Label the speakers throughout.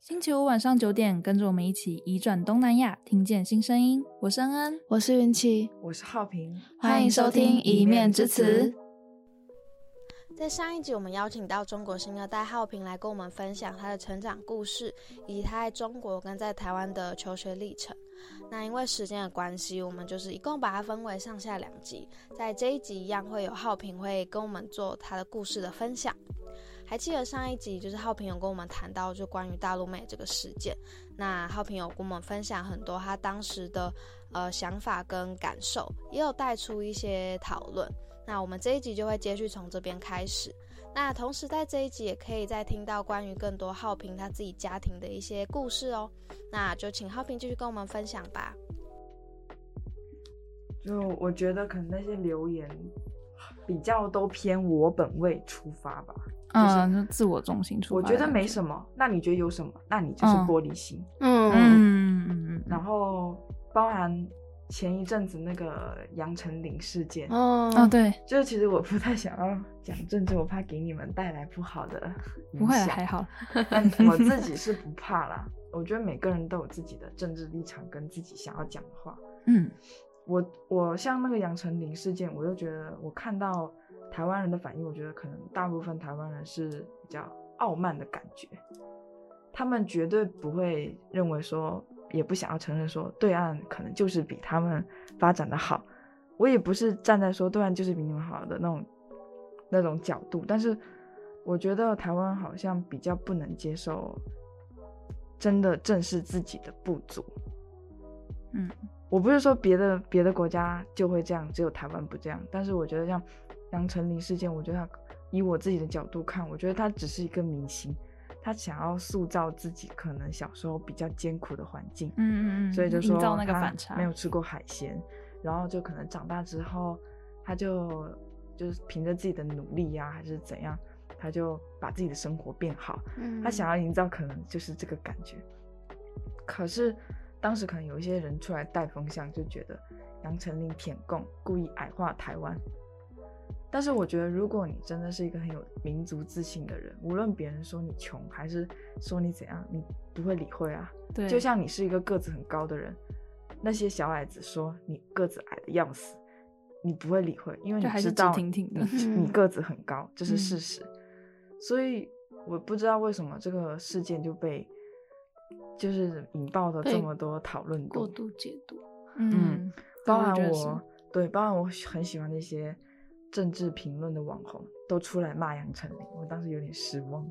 Speaker 1: 星期五晚上九点，跟着我们一起移转东南亚，听见新声音。我是恩恩，
Speaker 2: 我是云奇，
Speaker 3: 我是浩平，
Speaker 1: 欢迎收听《一面之词》。
Speaker 4: 在上一集，我们邀请到中国新二代浩平来跟我们分享他的成长故事，以及他在中国跟在台湾的求学历程。那因为时间的关系，我们就是一共把它分为上下两集。在这一集一样会有浩平会跟我们做他的故事的分享。还记得上一集就是浩平有跟我们谈到就关于大陆妹这个事件，那浩平有跟我们分享很多他当时的呃想法跟感受，也有带出一些讨论。那我们这一集就会接续从这边开始。那同时在这一集也可以再听到关于更多浩平他自己家庭的一些故事哦。那就请浩平继续跟我们分享吧。
Speaker 3: 就我觉得可能那些留言比较都偏我本位出发吧，
Speaker 1: 嗯，就自我中心出
Speaker 3: 我
Speaker 1: 发的
Speaker 3: 觉
Speaker 1: 感。
Speaker 3: 得没什么。那你觉得有什么？那你就是
Speaker 1: 嗯
Speaker 3: 玻璃心。
Speaker 2: 嗯，
Speaker 1: 嗯，嗯，嗯
Speaker 3: 然后包含前一阵子那个杨丞琳事件，
Speaker 2: 哦
Speaker 1: 嗯，哦，对，
Speaker 3: 就是其实我不太想要讲政治，我怕给你们带来不好的
Speaker 1: 不会
Speaker 3: 影
Speaker 1: 啦
Speaker 3: 响
Speaker 1: 还好。
Speaker 3: 但我自己是不怕啦。我觉得每个人都有自己的政治立场跟自己想要讲的话。
Speaker 1: 嗯
Speaker 3: 我我像那个杨丞琳事件，我就觉得我看到台湾人的反应，我觉得可能大部分台湾人是比较傲慢的感觉，他们绝对不会认为说，也不想要承认说对岸可能就是比他们发展的好。我也不是站在说对岸就是比你们好的那种那种角度，但是我觉得台湾好像比较不能接受真的正视自己的不足。
Speaker 1: 嗯，
Speaker 3: 我不是说别的别的国家就会这样，只有台湾不这样。但是我觉得像杨丞琳事件，我觉得他以我自己的角度看，我觉得他只是一个明星，他想要塑造自己可能小时候比较艰苦的环境，
Speaker 1: 嗯嗯嗯，
Speaker 3: 所以就
Speaker 1: 营
Speaker 3: 说
Speaker 1: 造那个
Speaker 3: 他
Speaker 1: 反差。
Speaker 3: 没有吃过海鲜，然后就可能长大之后，他就就是凭着自己的努力呀、还是怎样，他就把自己的生活变好。
Speaker 2: 嗯
Speaker 3: 他
Speaker 1: 嗯
Speaker 3: 想要营造可能就是这个感觉。可是当时可能有一些人出来带风向，就觉得杨丞琳舔共，故意矮化台湾。但是我觉得，如果你真的是一个很有民族自信的人，无论别人说你穷还是说你怎样，你不会理会啊。
Speaker 1: 对，
Speaker 3: 就像你是一个个子很高的人，那些小矮子说你个子矮的要死，你不会理会，因为
Speaker 1: 就
Speaker 3: 你
Speaker 1: 还是
Speaker 3: 知
Speaker 1: 直
Speaker 3: 道
Speaker 1: 挺挺的
Speaker 3: 你
Speaker 2: 嗯
Speaker 3: 你个子很高，这是事
Speaker 1: 嗯
Speaker 3: 实。所以我不知道为什么这个事件就被就是引爆了这
Speaker 2: 被
Speaker 3: 么多讨论
Speaker 2: 过
Speaker 3: 度，
Speaker 2: 度解读，
Speaker 1: 嗯，
Speaker 3: 包含
Speaker 1: 我觉得是
Speaker 3: 我对，包含我很喜欢那些政治评论的网红都出来骂杨丞琳，我当时有点失望。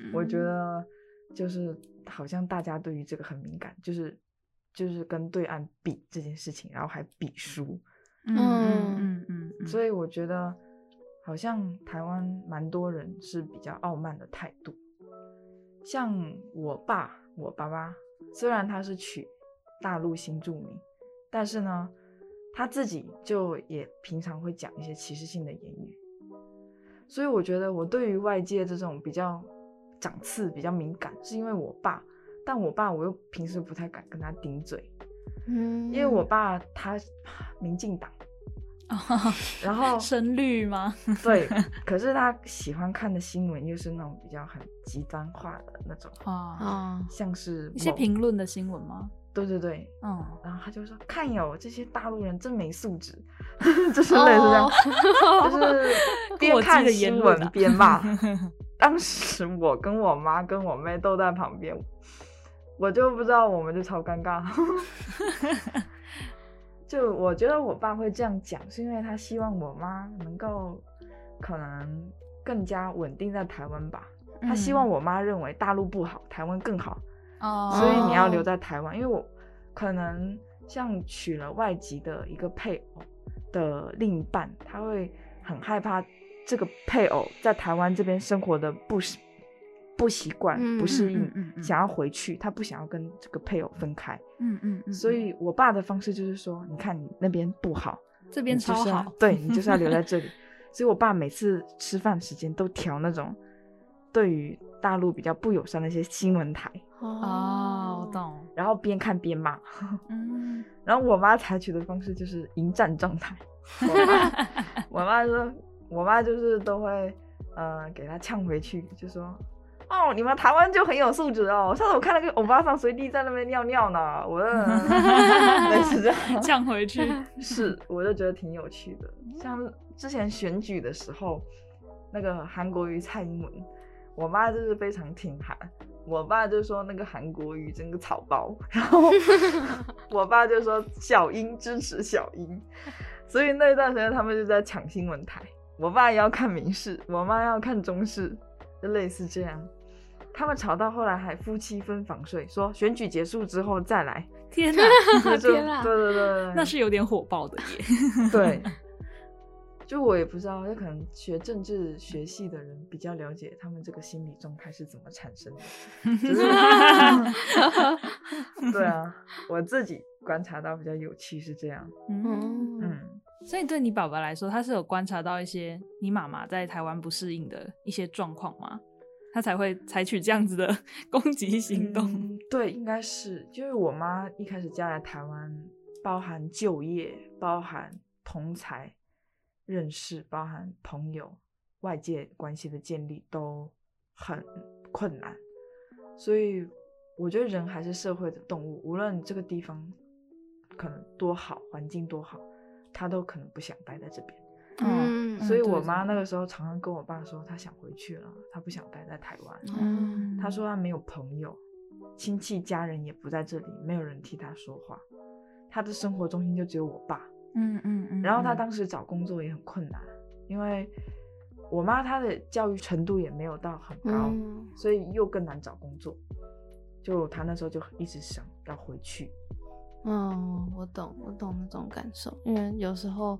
Speaker 1: 嗯
Speaker 3: 我觉得就是好像大家对于这个很敏感，就是就是跟对岸比这件事情，然后还比输，
Speaker 1: 嗯嗯嗯嗯嗯，
Speaker 3: 所以我觉得好像台湾蛮多人是比较傲慢的态度。像我爸，我爸爸虽然他是娶大陆新住民，但是呢，他自己就也平常会讲一些歧视性的言语，所以我觉得我对于外界这种比较长刺比较敏感，是因为我爸，但我爸我又平时不太敢跟他顶嘴，
Speaker 2: 嗯
Speaker 3: 因为我爸他 民进党， 然后
Speaker 1: 哦深绿吗？
Speaker 3: 对，可是他喜欢看的新闻又是那种比较很极端化的那种，
Speaker 1: 啊，
Speaker 2: 啊，
Speaker 3: 像是
Speaker 1: 一些
Speaker 3: 某
Speaker 1: 评论的新闻吗？
Speaker 3: 对对对，
Speaker 1: 嗯，
Speaker 3: 然后他就说：“看哟，这些大陆人真没素 质，就是类似这
Speaker 1: 哦
Speaker 3: 样，哦就是边
Speaker 1: 过激
Speaker 3: 看
Speaker 1: 的言
Speaker 3: 新
Speaker 1: 论
Speaker 3: 闻
Speaker 1: 啊
Speaker 3: 边 骂。”当时我跟我妈跟我妹都在旁边，我就不知道，我们就超尴尬。 就我觉得我爸会这样讲，是因为他希望我妈能够可能更加稳定在台湾吧。他希望
Speaker 1: 我
Speaker 3: 我妈认为大陆不好，台湾更好。
Speaker 1: 嗯哦，
Speaker 3: 所以你要留在台湾，因为我可能像娶了外籍的一个配偶的另一半，他会很害怕这个配偶在台湾这边生活的不习不习惯、
Speaker 2: 嗯
Speaker 3: 不适应，
Speaker 1: 嗯嗯嗯嗯
Speaker 3: 想要回去，他不想要跟这个配偶分开。
Speaker 1: 嗯嗯嗯，
Speaker 3: 所以我爸的方式就是说，你看你那边不好，
Speaker 1: 这边
Speaker 3: 你就
Speaker 1: 超
Speaker 3: 是要
Speaker 1: 好，
Speaker 3: 对你就是要留在这里。所以我爸每次吃饭时间都调那种对于大陆比较不友善的一些新闻台。
Speaker 1: 哦，我，懂，
Speaker 3: 然后边看边骂。
Speaker 1: 嗯，
Speaker 3: 然后我妈采取的方式就是迎战状态。我妈，我妈说，我妈就是都会呃给她呛回去，就说哦，你们台湾就很有素质哦。上次我看那个欧巴桑随地在那边尿尿呢，我的 类似这样，
Speaker 1: 呛回去。
Speaker 3: 是，我就觉得挺有趣的。像之前选举的时候，那个韩国瑜蔡英文，我妈就是非常挺韩，我爸就说那个韩国瑜真个草包， 然后我爸就说小英支持小英，所以那段时间他们就在抢新闻台，我爸要看民视，我妈要看中视，就类似这样。他们吵到后来还夫妻分房睡，说选举结束之后再 来。
Speaker 1: 天哪，
Speaker 3: 就就对
Speaker 2: 天啊
Speaker 3: 对对对，
Speaker 1: 那是有点火爆的耶。
Speaker 3: 对，就我也不知道，就可能学政治学系的人比较了解他们这个心理状态是怎么产生的。只是对啊，我自己观察到比较有趣是这样。
Speaker 1: 嗯，
Speaker 2: 嗯，
Speaker 3: 嗯，
Speaker 1: 所以对你爸爸来说，他是有观察到一些你妈妈在台湾不适应的一些状况吗？他才会采取这样子的攻击行动。
Speaker 3: 嗯对，应该是，因为我妈一开始嫁来台湾，包含就业，包含同才认识，包含朋友、外界关系的建立都很困难，所以我觉得人还是社会的动物，无论这个地方可能多好，环境多好，他都可能不想待在这边。
Speaker 2: 嗯
Speaker 3: 所以
Speaker 1: 对
Speaker 3: 我
Speaker 1: 真
Speaker 3: 妈
Speaker 1: 的
Speaker 3: 那个时候常常跟我爸说，她想回去了，她不想待在台湾。
Speaker 1: 嗯，
Speaker 3: 他说他没有朋友，亲戚家人也不在这里，没有人替他说话，他的生活中心就只有我爸。
Speaker 1: 嗯，嗯嗯，
Speaker 3: 然后他
Speaker 1: 嗯
Speaker 3: 当时找工作也很困难，因为我妈她的教育程度也没有到很高，
Speaker 2: 嗯
Speaker 3: 所以又更难找工作。就他那时候就一直想要回去，
Speaker 2: 嗯，我懂，我懂那种感受，因为有时候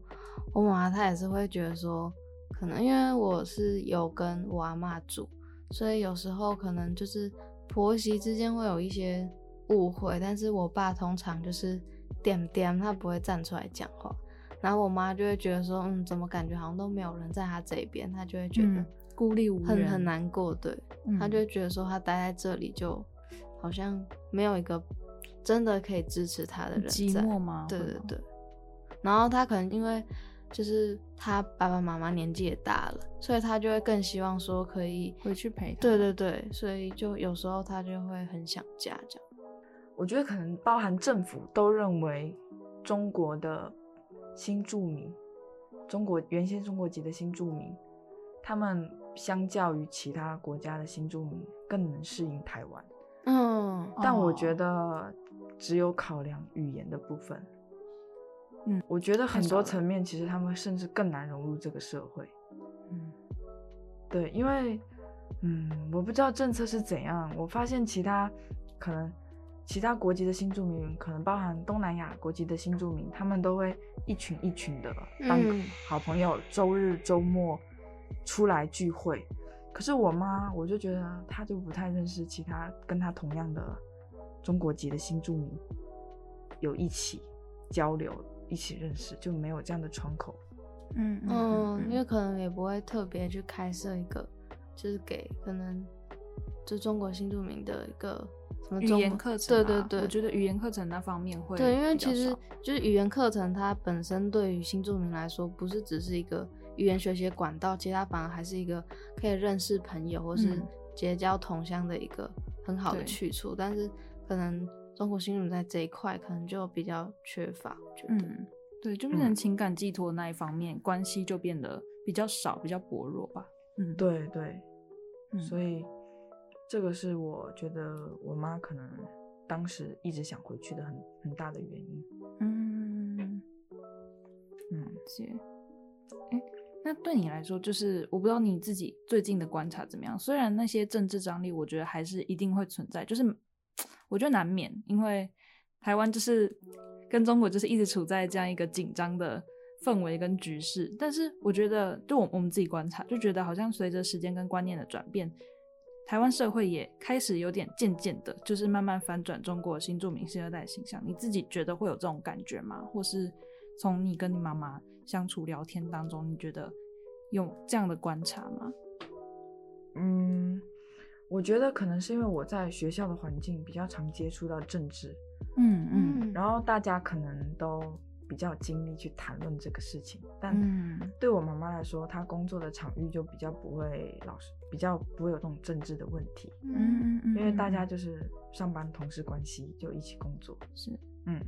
Speaker 2: 我妈她也是会觉得说，可能因为我是有跟我阿嬷住，所以有时候可能就是婆媳之间会有一些误会，但是我爸通常就是点点，他不会站出来讲话，然后我妈就会觉得说，嗯，怎么感觉好像都没有人在他这边，她就会觉
Speaker 1: 嗯
Speaker 2: 得
Speaker 1: 孤立无
Speaker 2: 很
Speaker 1: 援
Speaker 2: 很难过，对，他
Speaker 1: 嗯
Speaker 2: 就会觉得说他待在这里就好像没有一个真的可以支持他的人
Speaker 1: 寂
Speaker 2: 在，
Speaker 1: 寞吗？
Speaker 2: 对
Speaker 1: 会
Speaker 2: 对
Speaker 1: 吗，
Speaker 2: 对。然后他可能因为就是他爸爸妈妈年纪也大了，所以他就会更希望说可以
Speaker 1: 回去陪他
Speaker 2: 对对对，所以就有时候他就会很想家这样。
Speaker 3: 我觉得可能包含政府都认为中国的新住民，中国原先中国籍的新住民，他们相较于其他国家的新住民更能适应台湾，
Speaker 2: 嗯
Speaker 1: 哦
Speaker 3: 但我觉得只有考量语言的部分。
Speaker 1: 嗯，
Speaker 3: 我觉得
Speaker 1: 太
Speaker 3: 很
Speaker 1: 少
Speaker 3: 多
Speaker 1: 了
Speaker 3: 层面，其实他们甚至更难融入这个社会。
Speaker 1: 嗯
Speaker 3: 对，因为，嗯，我不知道政策是怎样。我发现其他可能其他国籍的新住民，可能包含东南亚国籍的新住民，他们都会一群一群的当
Speaker 2: 嗯
Speaker 3: 好朋友，周日周末出来聚会。可是我妈，我就觉得她就不太认识其他跟她同样的中国籍的新住民，有一起交流、一起认识，就没有这样的窗口。
Speaker 1: 嗯
Speaker 2: 嗯，因为
Speaker 1: 嗯
Speaker 2: 可能也不会特别去开设一个，就是给可能就中国新住民的一个什么
Speaker 1: 语
Speaker 2: 中
Speaker 1: 言
Speaker 2: 文
Speaker 1: 课程啊，
Speaker 2: 对对对，
Speaker 1: 我觉得语言课程那方面会
Speaker 2: 对，因为
Speaker 1: 比较
Speaker 2: 其实
Speaker 1: 少
Speaker 2: 就是语言课程，它本身对于新住民来说，不是只是一个语言学习的管道，其实它反而还是一个可以认识朋友或是
Speaker 1: 嗯
Speaker 2: 结交同乡的一个很好的
Speaker 1: 对
Speaker 2: 去处。但是可能中国新住民在这一块可能就比较缺乏，我觉得。
Speaker 1: 嗯，对，就变成
Speaker 3: 嗯
Speaker 1: 情感寄托那一方面，关系就变得比较少，比较薄弱吧。嗯，
Speaker 3: 对对，
Speaker 1: 嗯，
Speaker 3: 所以这个是我觉得我妈可能当时一直想回去的很很大的原因。
Speaker 1: 嗯，
Speaker 3: 嗯，
Speaker 1: 解。哎，那对你来说，就是我不知道你自己最近的观察怎么样。虽然那些政治张力，我觉得还是一定会存在，就是我觉得难免，因为台湾就是跟中国就是一直处在这样一个紧张的氛围跟局势。但是我觉得，就我我们自己观察，就觉得好像随着时间跟观念的转变。台湾社会也开始有点渐渐的，就是慢慢反转中国的新住民新二代形象。你自己觉得会有这种感觉吗？或是从你跟你妈妈相处聊天当中，你觉得有这样的观察吗？
Speaker 3: 嗯，我觉得可能是因为我在学校的环境比较常接触到政治，
Speaker 1: 嗯嗯
Speaker 3: 然后大家可能都比较有精力去谈论这个事情。但
Speaker 1: 嗯
Speaker 3: 对我妈妈来说，她工作的场域就比较不会老是比较不会有这种政治的问题，
Speaker 2: 嗯，
Speaker 1: 嗯嗯，
Speaker 3: 因为大家
Speaker 1: 嗯
Speaker 3: 就是上班同事关系就一起工作。
Speaker 1: 是
Speaker 3: 嗯，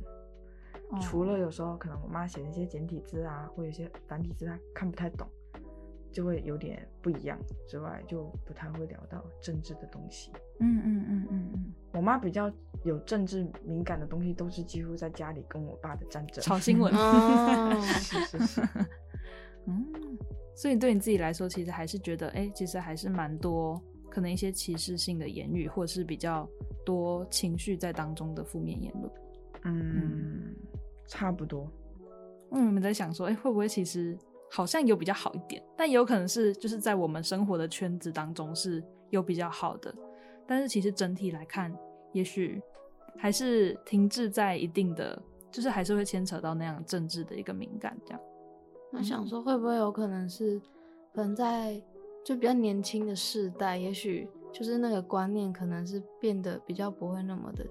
Speaker 1: 哦
Speaker 3: 除了有时候可能我妈写的一些简体字啊，或有一些繁体字她看不太懂，就会有点不一样之外，就不太会聊到政治的东西。
Speaker 1: 嗯嗯嗯嗯嗯，
Speaker 3: 我妈比较有政治敏感的东西，都是几乎在家里跟我爸的战争。
Speaker 1: 炒新 闻。
Speaker 2: 哦
Speaker 3: 是是是，
Speaker 1: 嗯，所以对你自己来说，其实还是觉得，哎、其实还是蛮多可能一些歧视性的言语，或者是比较多情绪在当中的负面言论。
Speaker 3: 嗯，差不多。
Speaker 1: 那你们在想说，哎、会不会其实好像有比较好一点，但也有可能是就是在我们生活的圈子当中是有比较好的，但是其实整体来看，也许还是停滞在一定的，就是还是会牵扯到那样政治的一个敏感这样。
Speaker 2: 我想
Speaker 1: 嗯
Speaker 2: 说，会不会有可能是，可能在就比较年轻的世代，也许就是那个观念可能是变得比较不会那么的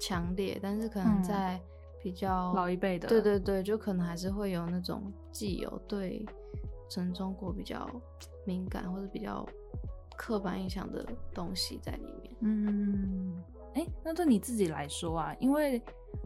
Speaker 2: 强烈，但是可能
Speaker 1: 嗯
Speaker 2: 在比较、
Speaker 1: 老一辈的，
Speaker 2: 哦对对对，就可能还是会有那种既有对整中国比较敏感或者比较刻板印象的东西在里面。
Speaker 1: 嗯，哎，那对你自己来说啊，因为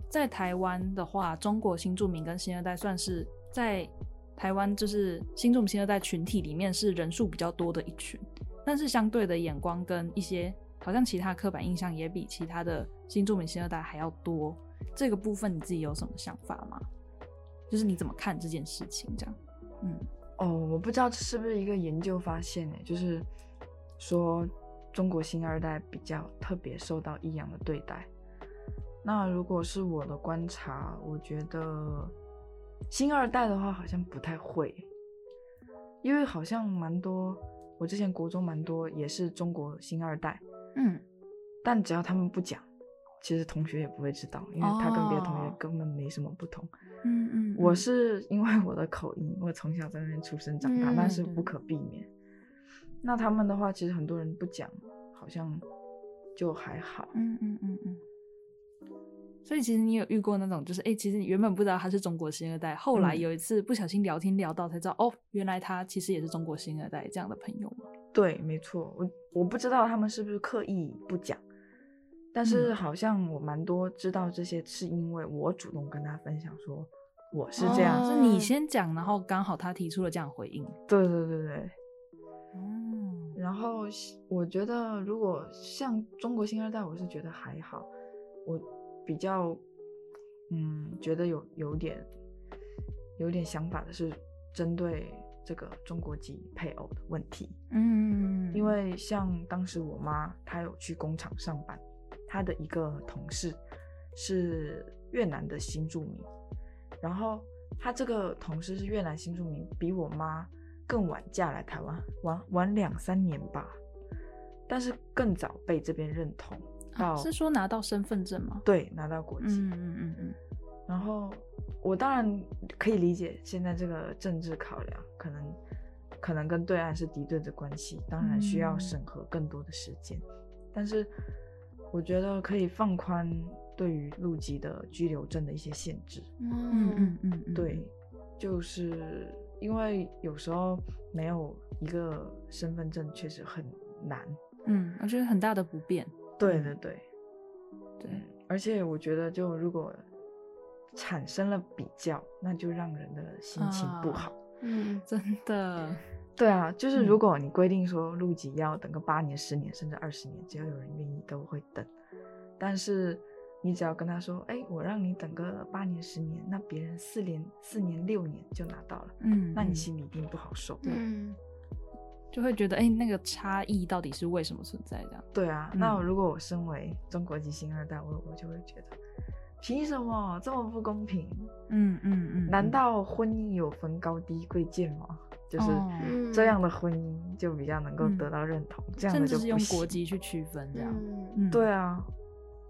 Speaker 1: 在台湾的话，中国新住民跟新二代算是在台湾就是新住民新二代群体里面是人数比较多的一群，但是相对的眼光跟一些好像其他刻板印象也比其他的新住民新二代还要多，这个部分你自己有什么想法吗？就是你怎么看这件事情？这样，嗯
Speaker 3: 哦，我不知道这是不是一个研究发现呢，就是说中国新二代比较特别受到异样的对待。那如果是我的观察，我觉得新二代的话好像不太会，因为好像蛮多，我之前国中蛮多也是中国新二代，
Speaker 1: 嗯，
Speaker 3: 但只要他们不讲，其实同学也不会知道，因为他跟别的同学
Speaker 1: 哦
Speaker 3: 根本没什么不同。
Speaker 1: 嗯嗯，
Speaker 3: 我是因为我的口音，我从小在那边出生长大，
Speaker 2: 嗯
Speaker 3: 那是
Speaker 1: 对
Speaker 3: 不可避免。那他们的话，其实很多人不讲，好像就还好。
Speaker 1: 嗯嗯嗯嗯。所以其实你有遇过那种，就是哎、诶其实你原本不知道他是中国新二代，后来
Speaker 3: 嗯
Speaker 1: 有一次不小心聊天聊到才知道，哦，原来他其实也是中国新二代这样的朋友吗？
Speaker 3: 对，没错，我我不知道他们是不是刻意不讲，但是
Speaker 1: 嗯
Speaker 3: 好像我蛮多知道这些，是因为我主动跟他分享说我是这样。
Speaker 2: 哦
Speaker 1: 是你先讲，然后刚好他提出了这样回应。
Speaker 3: 对对对对。
Speaker 1: 嗯
Speaker 3: 然后西我觉得，如果像中国新二代，我是觉得还好，我比较，嗯，觉得有有点有点想法的是针对这个中国籍配偶的问题，
Speaker 1: 嗯
Speaker 3: 因为像当时我妈她有去工厂上班，她的一个同事是越南的新住民，然后她这个同事是越南新住民，比我妈更晚嫁来台湾，晚晚两三年吧，但是更早被这边认同到、
Speaker 1: 啊是说拿到身份证吗？
Speaker 3: 对拿到国籍，
Speaker 1: 嗯嗯嗯嗯，
Speaker 3: 然后我当然可以理解现在这个政治考量，可能可能跟对岸是敌对的关系，当然需要
Speaker 1: 嗯
Speaker 3: 审核更多的时间。但是我觉得可以放宽对于陆籍的居留证的一些限制。
Speaker 1: 嗯嗯嗯嗯，
Speaker 3: 对，就是因为有时候没有一个身份证确实很难。
Speaker 1: 嗯，我觉得很大的不便。
Speaker 3: 对
Speaker 1: 嗯
Speaker 3: 对对，
Speaker 1: 对，
Speaker 3: 嗯，而且我觉得，就如果产生了比较，那就让人的心情不
Speaker 1: 啊
Speaker 3: 好。
Speaker 2: 嗯，
Speaker 1: 真的，
Speaker 3: 对啊，就是
Speaker 1: 嗯
Speaker 3: 如果你规定说入籍要等个八年、十年甚至二十年，只要有人愿意都会等，但是你只要跟他说，哎，我让你等个八年、十年，那别人四年、四年、六年就拿到了，
Speaker 1: 嗯，
Speaker 3: 那你
Speaker 1: 嗯
Speaker 3: 心里一定不好受。
Speaker 2: 嗯
Speaker 1: 就会觉得，哎、那个差异到底是为什么存在？这样，
Speaker 3: 对啊，那我
Speaker 1: 嗯
Speaker 3: 如果我身为中国籍星二代，我我就会觉得，凭什么这么不公平？
Speaker 1: 嗯嗯嗯，
Speaker 3: 难
Speaker 1: 嗯
Speaker 3: 道婚姻有分高低贵贱吗？就是
Speaker 1: 哦
Speaker 2: 嗯
Speaker 1: 嗯
Speaker 3: 这样的婚姻就比较能够得到认同，这样
Speaker 1: 甚
Speaker 3: 的
Speaker 1: 至
Speaker 3: 就不
Speaker 1: 是用
Speaker 3: 行
Speaker 1: 国。籍去区分这样。
Speaker 2: 嗯
Speaker 1: 嗯，
Speaker 3: 对啊，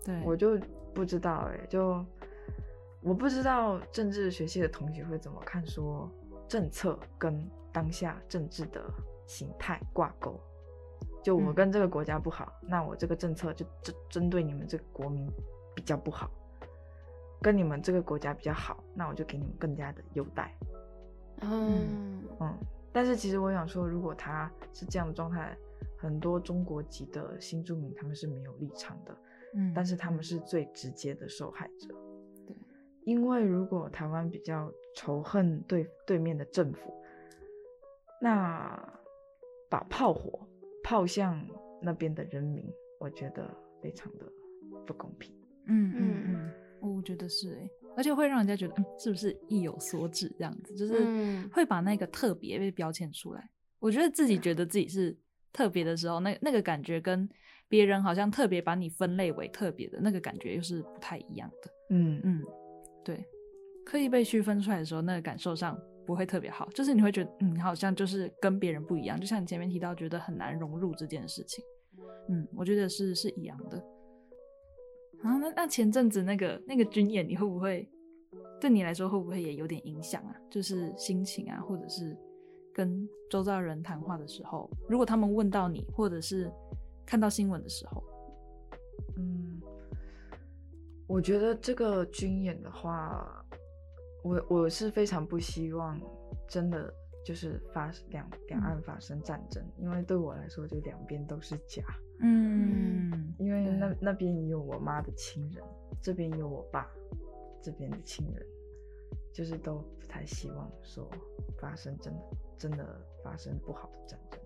Speaker 1: 对，
Speaker 3: 我就不知道哎、就我不知道政治学系的同学会怎么看说政策跟当下政治的形态挂钩。就我
Speaker 1: 嗯
Speaker 3: 跟这个国家不好，那我这个政策就针针对你们这个国民比较不好。跟你们这个国家比较好，那我就给你们更加的优待。
Speaker 2: 嗯，
Speaker 3: 嗯，但是其实我想说，如果他是这样的状态，很多中国籍的新住民他们是没有立场的，
Speaker 1: 嗯，
Speaker 3: 但是他们是最直接的受害者。
Speaker 1: 对，
Speaker 3: 因为如果台湾比较仇恨对对面的政府，那把炮火炮向那边的人民，我觉得非常的不公平。
Speaker 1: 嗯嗯
Speaker 2: 嗯
Speaker 1: 嗯，我觉得是哎、而且会让人家觉得，嗯，是不是意有所指这样子，就是
Speaker 2: 嗯
Speaker 1: 会把那个特别被标签出来。我觉得自己觉得自己是特别的时候，那那个感觉跟别人好像特别把你分类为特别的那个感觉又是不太一样的。
Speaker 3: 嗯
Speaker 1: 嗯，对，刻意被区分出来的时候，那个感受上不会特别好，就是你会觉得，嗯，你好像就是跟别人不一样，就像你前面提到，觉得很难融入这件事情。嗯，我觉得是是一样的。啊，那那前阵子那个那个军演，你会不会对你来说会不会也有点影响啊？就是心情啊，或者是跟周遭人谈话的时候，如果他们问到你，或者是看到新闻的时候，
Speaker 3: 嗯，我觉得这个军演的话，我我是非常不希望真的就是发两
Speaker 1: 嗯
Speaker 3: 两岸发生战争，因为对我来说就两边都是家，
Speaker 1: 嗯，
Speaker 3: 因为那
Speaker 1: 对
Speaker 3: 那边也有我妈的亲人，这边也有我爸这边的亲人，就是都不太希望说发生真的真的发生不好的战争。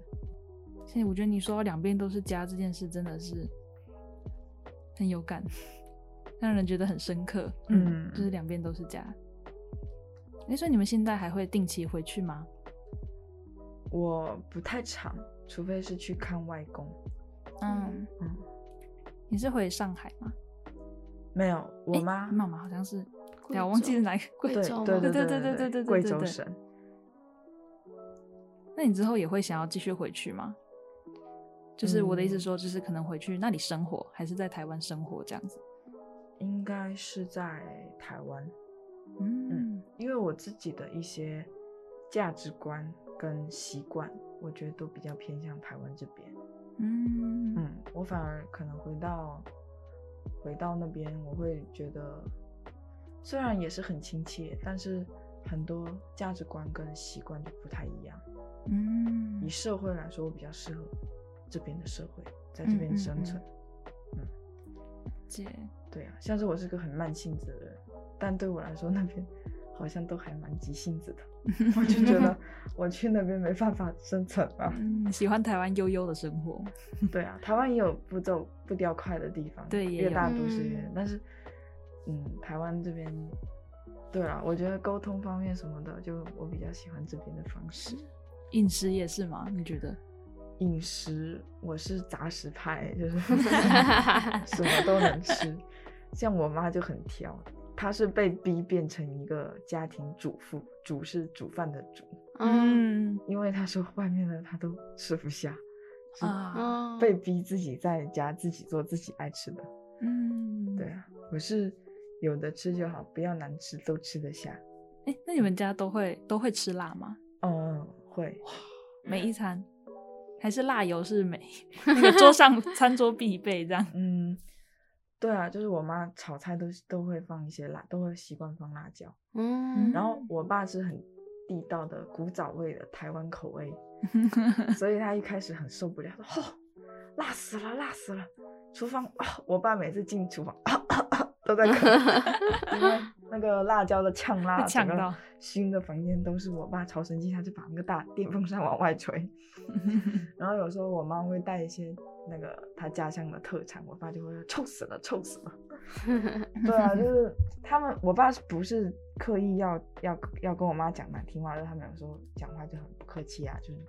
Speaker 1: 现在我觉得你说两边都是家这件事真的是很有感， 让人觉得很深刻。
Speaker 3: 嗯
Speaker 1: 就是两边都是家。诶，所以你们现在还会定期回去吗？
Speaker 3: 我不太常，除非是去看外公，
Speaker 1: 嗯，
Speaker 3: 嗯，
Speaker 1: 你是回上海吗？
Speaker 3: 没有我
Speaker 1: 诶
Speaker 3: 妈。
Speaker 1: 你妈妈好像是，
Speaker 2: 贵
Speaker 1: 对啊，我忘记
Speaker 2: 州
Speaker 1: 是哪一个贵
Speaker 2: 贵
Speaker 1: 州。
Speaker 3: 啊对
Speaker 2: 州吗
Speaker 1: 对
Speaker 3: 对对
Speaker 1: 对对对
Speaker 3: 对
Speaker 1: 对
Speaker 3: 贵
Speaker 1: 对
Speaker 3: 州
Speaker 1: 对
Speaker 3: 省。
Speaker 1: 那你之后也会想要继续回去吗？就是我的意
Speaker 3: 嗯
Speaker 1: 思说，就是可能回去那里生活，还是在台湾生活这样子？
Speaker 3: 应该是在台湾，
Speaker 1: 嗯
Speaker 3: 因为我自己的一些价值观跟习惯，我觉得都比较偏向台湾这边。
Speaker 1: 嗯
Speaker 3: 嗯，我反而可能回到回到那边，我会觉得虽然也是很亲切，但是很多价值观跟习惯就不太一样。
Speaker 1: 嗯
Speaker 3: 以社会来说，我比较适合这边的社会，在这
Speaker 1: 嗯嗯
Speaker 3: 边生存。
Speaker 1: 姐，
Speaker 3: 对啊，像是我是个很慢性子的人，但对我来说那边好像都还蛮急性子的， 我就觉得我去那边没办法生存啊。
Speaker 1: 嗯，喜欢台湾悠悠的生活。
Speaker 3: 对啊，台湾也有步骤步调快的地方，
Speaker 1: 对也
Speaker 3: 越
Speaker 1: 有
Speaker 3: 大都市
Speaker 2: 嗯
Speaker 3: 越，但是嗯，台湾这边，对啊，我觉得沟通方面什么的，就我比较喜欢这边的方式。
Speaker 1: 嗯饮食也是吗？你觉得？
Speaker 3: 饮食我是杂食派， 就是什么都能吃。像我妈就很挑，她是被逼变成一个家庭主妇，主是煮饭的主，
Speaker 2: 嗯
Speaker 3: 因为她说外面的她都吃不下，是
Speaker 1: 啊，
Speaker 2: 嗯，
Speaker 3: 被逼自己在家自己做自己爱吃的。
Speaker 1: 嗯，
Speaker 3: 对。啊，我是有的吃就好，不要难吃都吃得下。
Speaker 1: 哎，那你们家都会都会吃辣吗？
Speaker 3: 嗯，会，
Speaker 2: 嗯
Speaker 1: 每一餐，还是辣油是 每那个桌上餐桌必备这样？
Speaker 3: 嗯，对啊，就是我妈炒菜都是都会放一些辣，都会习惯放辣椒。
Speaker 2: 嗯
Speaker 3: 然后
Speaker 1: 嗯
Speaker 3: 我爸是很地道的古早味的台湾口味，所以他一开始很受不了，说：“哦，辣死了，辣死了！”厨房，啊我爸每次进厨房、 都在咳， 因为那个辣椒的呛辣，
Speaker 1: 被呛
Speaker 3: 整个
Speaker 1: 到
Speaker 3: 熏的房间都是。我爸超生气，他就把那个大电风扇往 外吹。然后有时候我妈会带一些那个她家乡的特产，我爸就会说：“臭死了，臭死了。” 对啊，就是他们，我爸是不是刻意要要要跟我妈讲难听话，就是他们有时候讲话就很不客气啊，就是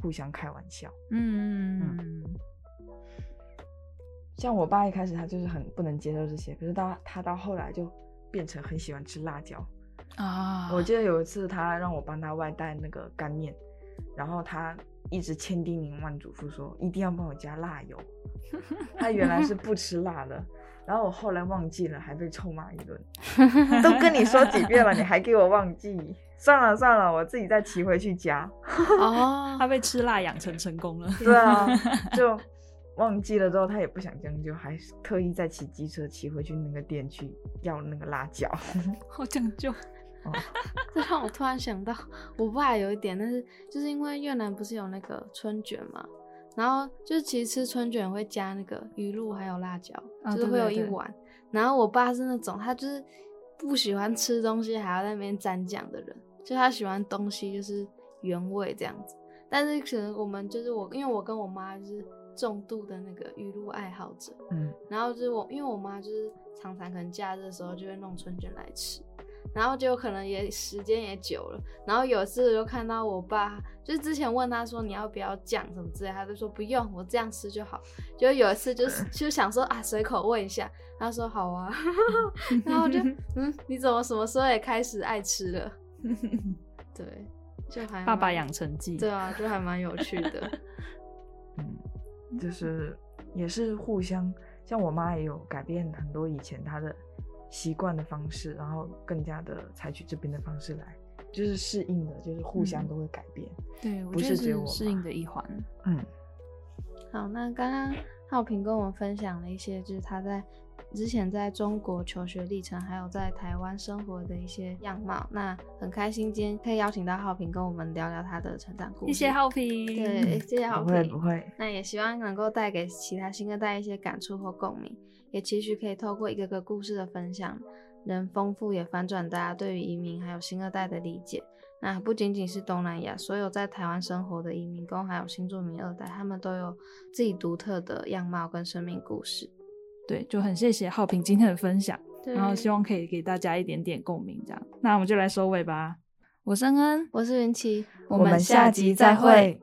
Speaker 3: 互相开玩笑。
Speaker 1: 嗯，
Speaker 3: 像我爸一开始他就是很不能接受这些，可是到他到后来就变成很喜欢吃辣椒。
Speaker 1: 啊，
Speaker 3: 我记得有一次他让我帮他外带那个干面，然后他一直千叮咛万嘱咐说一定要帮我加辣油。他原来是不吃辣的，然后我后来忘记了，还被臭骂一顿。都跟你说几遍了，你还给我忘记？算了算了，我自己再骑回去加。
Speaker 2: 哦
Speaker 1: 他被吃辣养成成功了。
Speaker 3: 对啊，就忘记了之后，他也不想将就，还是特意再骑机车骑回去那个店去要那个辣椒。
Speaker 1: 好讲究。
Speaker 2: 这让我突然想到，我爸有一点，但是就是因为越南不是有那个春卷嘛，然后就是其实吃春卷会加那个鱼露还有辣椒，
Speaker 1: 啊
Speaker 2: 就是
Speaker 1: 对
Speaker 2: 会有
Speaker 1: 对
Speaker 2: 一
Speaker 1: 对
Speaker 2: 碗。然后我爸是那种他就是不喜欢吃东西还要在那边沾酱的人，就他喜欢东西就是原味这样子。但是可能我们就是我，因为我跟我妈就是重度的那个鱼露爱好者，
Speaker 3: 嗯，
Speaker 2: 然后就是我，因为我妈就是常常可能假日的时候就会弄春卷来吃，然后就可能也时间也久了，然后有一次就看到我爸，就是之前问他说你要不要酱什么之类，他就说不用，我这样吃就好。就有一次就是就想说啊随口问一下，他说好啊， 然 后我就嗯你怎么什么时候也开始爱吃了？对，就还
Speaker 1: 爸爸
Speaker 2: 蛮
Speaker 1: 养成记。
Speaker 2: 对啊，就还蛮有趣的。
Speaker 3: 就是也是互相，像我妈也有改变很多以前她的习惯的方式，然后更加的采取这边的方式来，就是适应的，就是互相
Speaker 1: 嗯
Speaker 3: 都会改变。
Speaker 1: 对，我
Speaker 3: 不
Speaker 1: 觉
Speaker 3: 是
Speaker 1: 得
Speaker 3: 只有
Speaker 1: 是
Speaker 3: 我
Speaker 1: 适
Speaker 3: 吧
Speaker 1: 应的一环。
Speaker 3: 嗯
Speaker 2: 好，那刚刚浩平跟我们分享了一些，就是他在之前在中国求学历程，还有在台湾生活的一些样貌。那很开心今天可以邀请到浩平跟我们聊聊他的成长故
Speaker 1: 谢
Speaker 2: 事。
Speaker 1: 谢浩平。
Speaker 2: 对，谢谢浩
Speaker 3: 不会不
Speaker 2: 平。
Speaker 3: 会，
Speaker 2: 那也希望能够带给其他新二代一些感触或共鸣，也期许可以透过一个个故事的分享，能丰富也反转大家对于移民还有新二代的理解。那不仅仅是东南亚，所有在台湾生活的移民工还有新住民二代，他们都有自己独特的样貌跟生命故事。
Speaker 1: 对，就很谢谢浩平今天的分享，
Speaker 2: 对
Speaker 1: 然后希望可以给大家一点点共鸣。这样，那我们就来收尾吧。我是恩恩，
Speaker 2: 我是云奇，
Speaker 1: 我们下集再会。